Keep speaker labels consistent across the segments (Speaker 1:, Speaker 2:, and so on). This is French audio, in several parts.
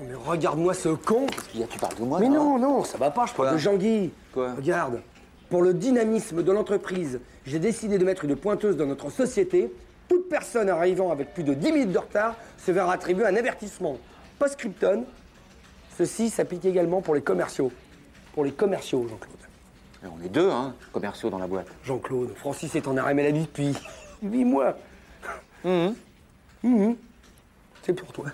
Speaker 1: Mais regarde-moi ce con
Speaker 2: Là, tu parles de moi
Speaker 1: Mais
Speaker 2: là,
Speaker 1: non,
Speaker 2: hein
Speaker 1: non, ça va pas, je parle
Speaker 2: Quoi
Speaker 1: de Jean-Guy.
Speaker 2: Quoi
Speaker 1: Regarde, pour le dynamisme de l'entreprise, j'ai décidé de mettre une pointeuse dans notre société. Toute personne arrivant avec plus de 10 minutes de retard se verra attribuer un avertissement. Post-Krypton, ceci s'applique également pour les commerciaux. Pour les commerciaux, Jean-Claude.
Speaker 2: Mais On est deux, hein, commerciaux dans la boîte.
Speaker 1: Jean-Claude, Francis est en arrêt maladie depuis 8 mois. Mhm. C'est pour toi.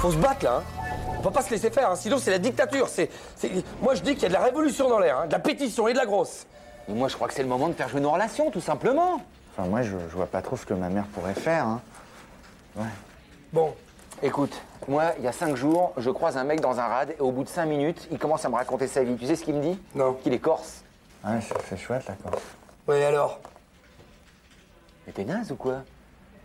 Speaker 1: Faut se battre là. hein. On va pas se laisser faire, hein. sinon c'est la dictature. C'est, c'est- Moi je dis qu'il y a de la révolution dans l'air, hein, de la pétition et de la grosse.
Speaker 2: Mais moi, je crois que c'est le moment de faire jouer nos relations, tout simplement.
Speaker 3: Enfin, moi, je, je vois pas trop ce que ma mère pourrait faire. hein.
Speaker 1: Bon,
Speaker 2: Écoute, moi, il y a cinq jours, je croise un mec dans un rad et au bout de cinq minutes, il commence à me raconter sa vie. Tu sais ce qu'il me dit
Speaker 1: Non.
Speaker 2: Qu'il est corse.
Speaker 3: Ah Ouais, c'est c'est chouette, la Corse.
Speaker 1: ouais alors
Speaker 2: Mais t'es naze ou quoi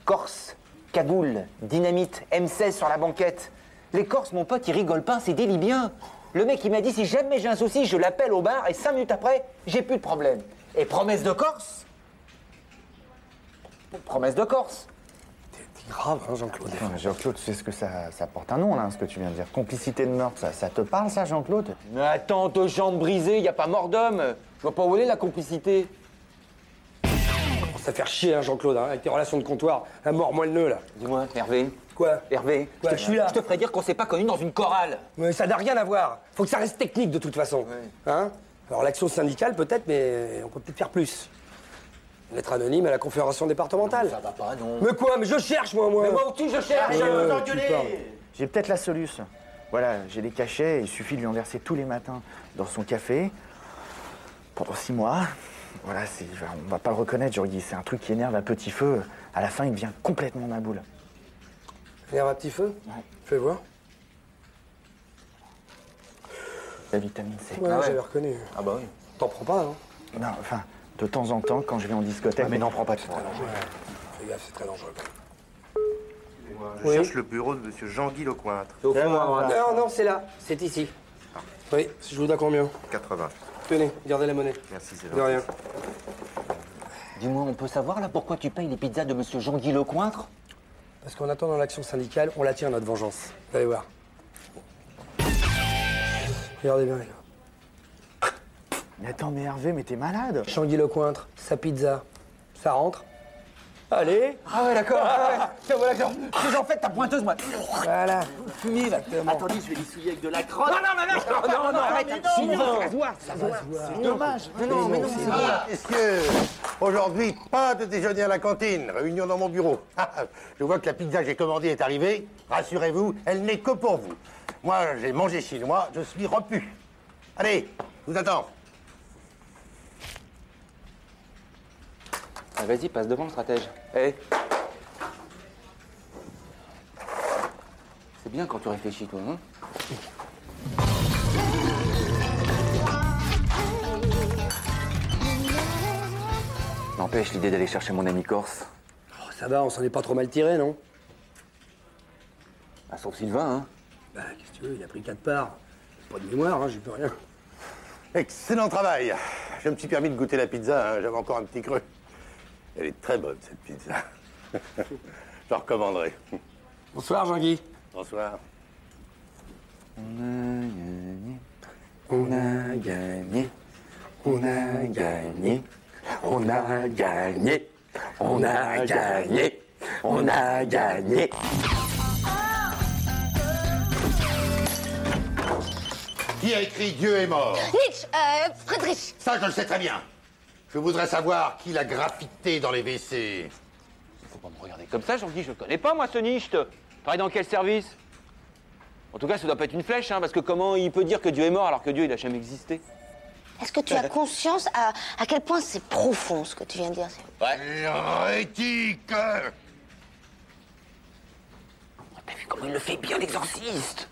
Speaker 2: Corse, Kaboul, dynamite, M16 sur la banquette. Les Corses, mon pote, ils rigolent pas, c'est des Libyens. Le mec, il m'a dit si jamais j'ai un souci, je l'appelle au bar et cinq minutes après, j'ai plus de problème. Et promesse de Corse Promesse de Corse.
Speaker 1: C'est grave, hein, Jean-Claude.
Speaker 3: Non, mais Jean-Claude, tu sais ce que ça, ça porte un nom, là, ce que tu viens de dire. Complicité de meurtre, ça, ça te parle, ça, Jean-Claude
Speaker 2: Mais attends, deux jambes brisées, y a pas mort d'homme. Je vois pas où elle est la complicité.
Speaker 1: Ça fait faire chier, hein, Jean-Claude, hein, avec tes relations de comptoir. Un mort, moi le nœud là.
Speaker 2: Dis-moi, Hervé.
Speaker 1: Quoi
Speaker 2: Hervé,
Speaker 1: Ouais,
Speaker 2: te-
Speaker 1: je suis là.
Speaker 2: Je te ferai dire qu'on s'est pas connus dans une chorale.
Speaker 1: Mais ça n'a rien à voir. Faut que ça reste technique de toute façon. Hein Alors l'action syndicale peut-être, mais on peut peut-être faire plus. Une Lettre anonyme à la confédération départementale.
Speaker 2: va pas, non.
Speaker 1: Mais quoi Mais je cherche moi, moi.
Speaker 2: Mais moi aussi, je cherche.
Speaker 1: Euh,
Speaker 2: euh,
Speaker 1: tu
Speaker 2: engueuler.
Speaker 1: parles.
Speaker 3: J'ai peut-être la solution. Voilà, j'ai des cachets, il suffit de lui en verser tous les matins dans son café pendant six mois. Voilà, c'est- il va- on va pas le reconnaître, Jean-Guy, c'est un truc qui énerve à petit feu. À la fin, il devient complètement ma boule.
Speaker 1: Faire un petit feu Fais voir.
Speaker 3: La vitamine C.
Speaker 1: Ouais,
Speaker 2: Ah ouais.
Speaker 1: j'avais reconnu.
Speaker 2: Ah bah oui.
Speaker 1: T'en prends pas, hein
Speaker 3: Non, enfin, de temps en temps, quand je vais en discothèque. Ah, mais n'en prends pas de
Speaker 1: Fais gaffe, c'est très dangereux.
Speaker 4: Je cherche le bureau de monsieur Jean-Guy Lecointre,
Speaker 2: C'est au fond, hein. Ah.
Speaker 1: Non, non, c'est là. C'est ici. Oui, je vous donne combien
Speaker 4: 80.
Speaker 1: Tenez, gardez la monnaie.
Speaker 4: Merci, c'est
Speaker 1: De rien.
Speaker 2: Dis-moi, on peut savoir là pourquoi tu payes les pizzas de monsieur Jean-Guy Lecointre
Speaker 1: Parce qu'en attendant l'action syndicale, on la tient, notre vengeance. Vous allez voir. Regardez bien, les gars.
Speaker 3: Mais attends, mais Hervé, mais t'es malade
Speaker 1: Changuy Lecointre, sa pizza, ça rentre. Allez,
Speaker 2: Ah ouais, d'accord. Tiens, voilà, genre, fais en fait ta pointeuse, moi.
Speaker 1: voilà.
Speaker 2: Attendez, je vais les souiller avec de la crotte. Non, non, non, non, non, non, arrête. Sylvain.
Speaker 4: Mais non, mais non, c'est vrai. Messieurs, Ah, aujourd'hui, pas de déjeuner à la cantine. Réunion dans mon bureau. Je vois que la pizza que j'ai commandée est arrivée. Rassurez-vous, elle n'est que pour vous. Moi, j'ai mangé chinois, je suis repu. Allez, je vous attends.
Speaker 2: Ah, Vas-y, passe devant, stratège. Eh. C'est bien quand tu réfléchis, toi, hein N'empêche l'idée d'aller chercher mon ami corse.
Speaker 1: Oh, ça va, on s'en est pas trop mal tiré, non
Speaker 2: Ah, sauf Sylvain, hein
Speaker 1: Bah, qu'est-ce que tu veux, il a pris quatre parts. Pas de mémoire, hein, j'ai plus rien.
Speaker 4: Excellent travail. Je me suis permis de goûter la pizza, hein, j'avais encore un petit creux. Elle est très bonne, cette pizza. Je la recommanderai.
Speaker 1: Bonsoir, Jean-Guy.
Speaker 4: Bonsoir.
Speaker 2: On a gagné, on a gagné, on a gagné, on a gagné, on a gagné.
Speaker 4: Qui a écrit Dieu est mort
Speaker 5: Nietzsche, euh, Friedrich.
Speaker 4: Ça, je le sais très bien. Je voudrais savoir qui l'a graffité dans les WC.
Speaker 2: Faut pas me regarder comme ça, Jean-Guy, je le connais pas, moi, ce nichte. Travaille dans quel service En tout cas, ça doit pas être une flèche, hein, parce que comment il peut dire que Dieu est mort alors que Dieu, il a jamais existé
Speaker 5: Est-ce que tu as conscience à, à quel point c'est profond ce que tu viens de dire c'est-
Speaker 4: Hérétique
Speaker 2: T'as vu comment il le fait bien, l'exorciste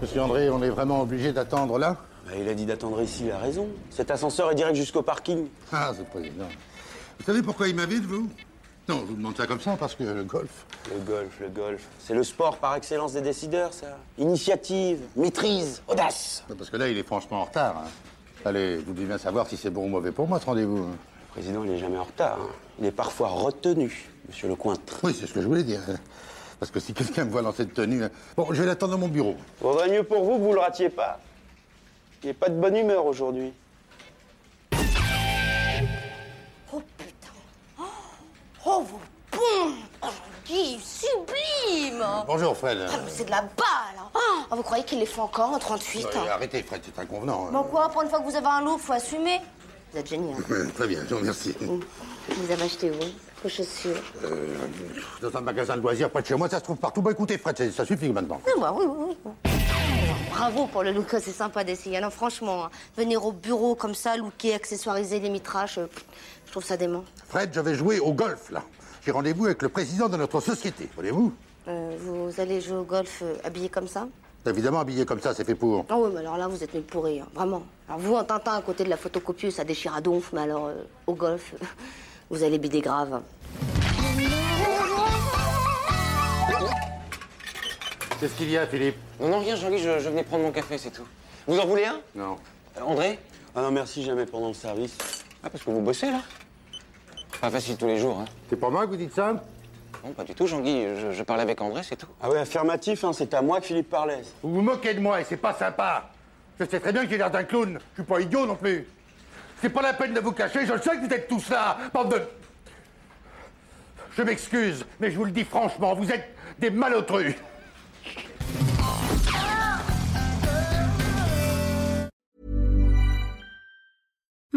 Speaker 4: Monsieur André, on est vraiment obligé d'attendre là
Speaker 6: Bah, il a dit d'attendre ici, il a raison. Cet ascenseur est direct jusqu'au parking.
Speaker 4: Ah, c'est pas évident. Vous savez pourquoi il m'invite, vous Non, je vous demande ça comme ça, parce que le golf...
Speaker 6: Le golf, le golf. C'est le sport par excellence des décideurs, ça. Initiative, maîtrise, audace.
Speaker 4: Parce que là, il est franchement en retard. hein. Allez, vous devez bien savoir si c'est bon ou mauvais pour moi, ce rendez-vous. hein.
Speaker 6: Le président, il n'est jamais en retard. hein. Il est parfois retenu, monsieur Lecointre.
Speaker 4: Oui, c'est ce que je voulais dire. Parce que si quelqu'un me voit dans cette tenue... hein. Bon, je vais l'attendre dans mon bureau.
Speaker 6: On va mieux pour vous que vous le ratiez pas. Il n'est pas de bonne humeur aujourd'hui.
Speaker 5: Oh putain Oh, Oh vos pompes Oh Guy, sublime
Speaker 4: Bonjour, Fred.
Speaker 5: Ah, mais C'est de la balle hein. Ah, Vous croyez qu'il les fait encore en 38
Speaker 4: Euh, arrêtez, Fred, c'est inconvenant. hein.
Speaker 5: Bon quoi, pour une fois que vous avez un lourd, faut assumer Vous êtes génial.
Speaker 4: Euh, Très bien, je vous remercie.
Speaker 5: Vous avez acheté où Vos chaussures
Speaker 4: Dans un magasin de loisirs près de chez moi, ça se trouve partout. Bah écoutez, Fred, c'est- ça suffit maintenant.
Speaker 5: Ah bah oui, oui, oui. Bravo pour le look, c'est sympa d'essayer. Non, franchement, hein, venir au bureau comme ça, looker, accessoiriser les mitraches, euh, je trouve ça dément.
Speaker 4: Fred, je vais jouer au golf, là. J'ai rendez-vous avec le président de notre société, voyez-vous
Speaker 5: Euh, vous allez jouer au golf euh, habillé comme ça
Speaker 4: Évidemment, habillé comme ça, c'est fait pour.
Speaker 5: Ah oui, mais alors là, vous êtes nul pourri, hein, vraiment. Alors vous, en Tintin, à côté de la photocopieuse, ça déchire à donf, mais alors euh, au golf, vous allez bider grave. hein.
Speaker 4: Qu'est-ce qu'il y a, Philippe
Speaker 2: Non, non, rien, Jean-Guy, je, je venais prendre mon café, c'est tout. Vous en voulez un
Speaker 4: Non.
Speaker 2: Euh, André
Speaker 6: Ah non, merci jamais pendant le service.
Speaker 2: Ah, parce que vous bossez, là Pas facile tous les jours, hein.
Speaker 4: C'est pas moi que vous dites ça
Speaker 2: Non, pas du tout, Jean-Guy. Je, je parlais avec André, c'est tout.
Speaker 6: Ah ouais, affirmatif, hein, c'est à moi que Philippe parlait.
Speaker 4: Vous vous moquez de moi et c'est pas sympa. Je sais très bien que j'ai l'air d'un clown. Je suis pas idiot non plus. C'est pas la peine de vous cacher, je le sais que vous êtes tous là. Bande de... Je m'excuse, mais je vous le dis franchement, vous êtes des malotrus.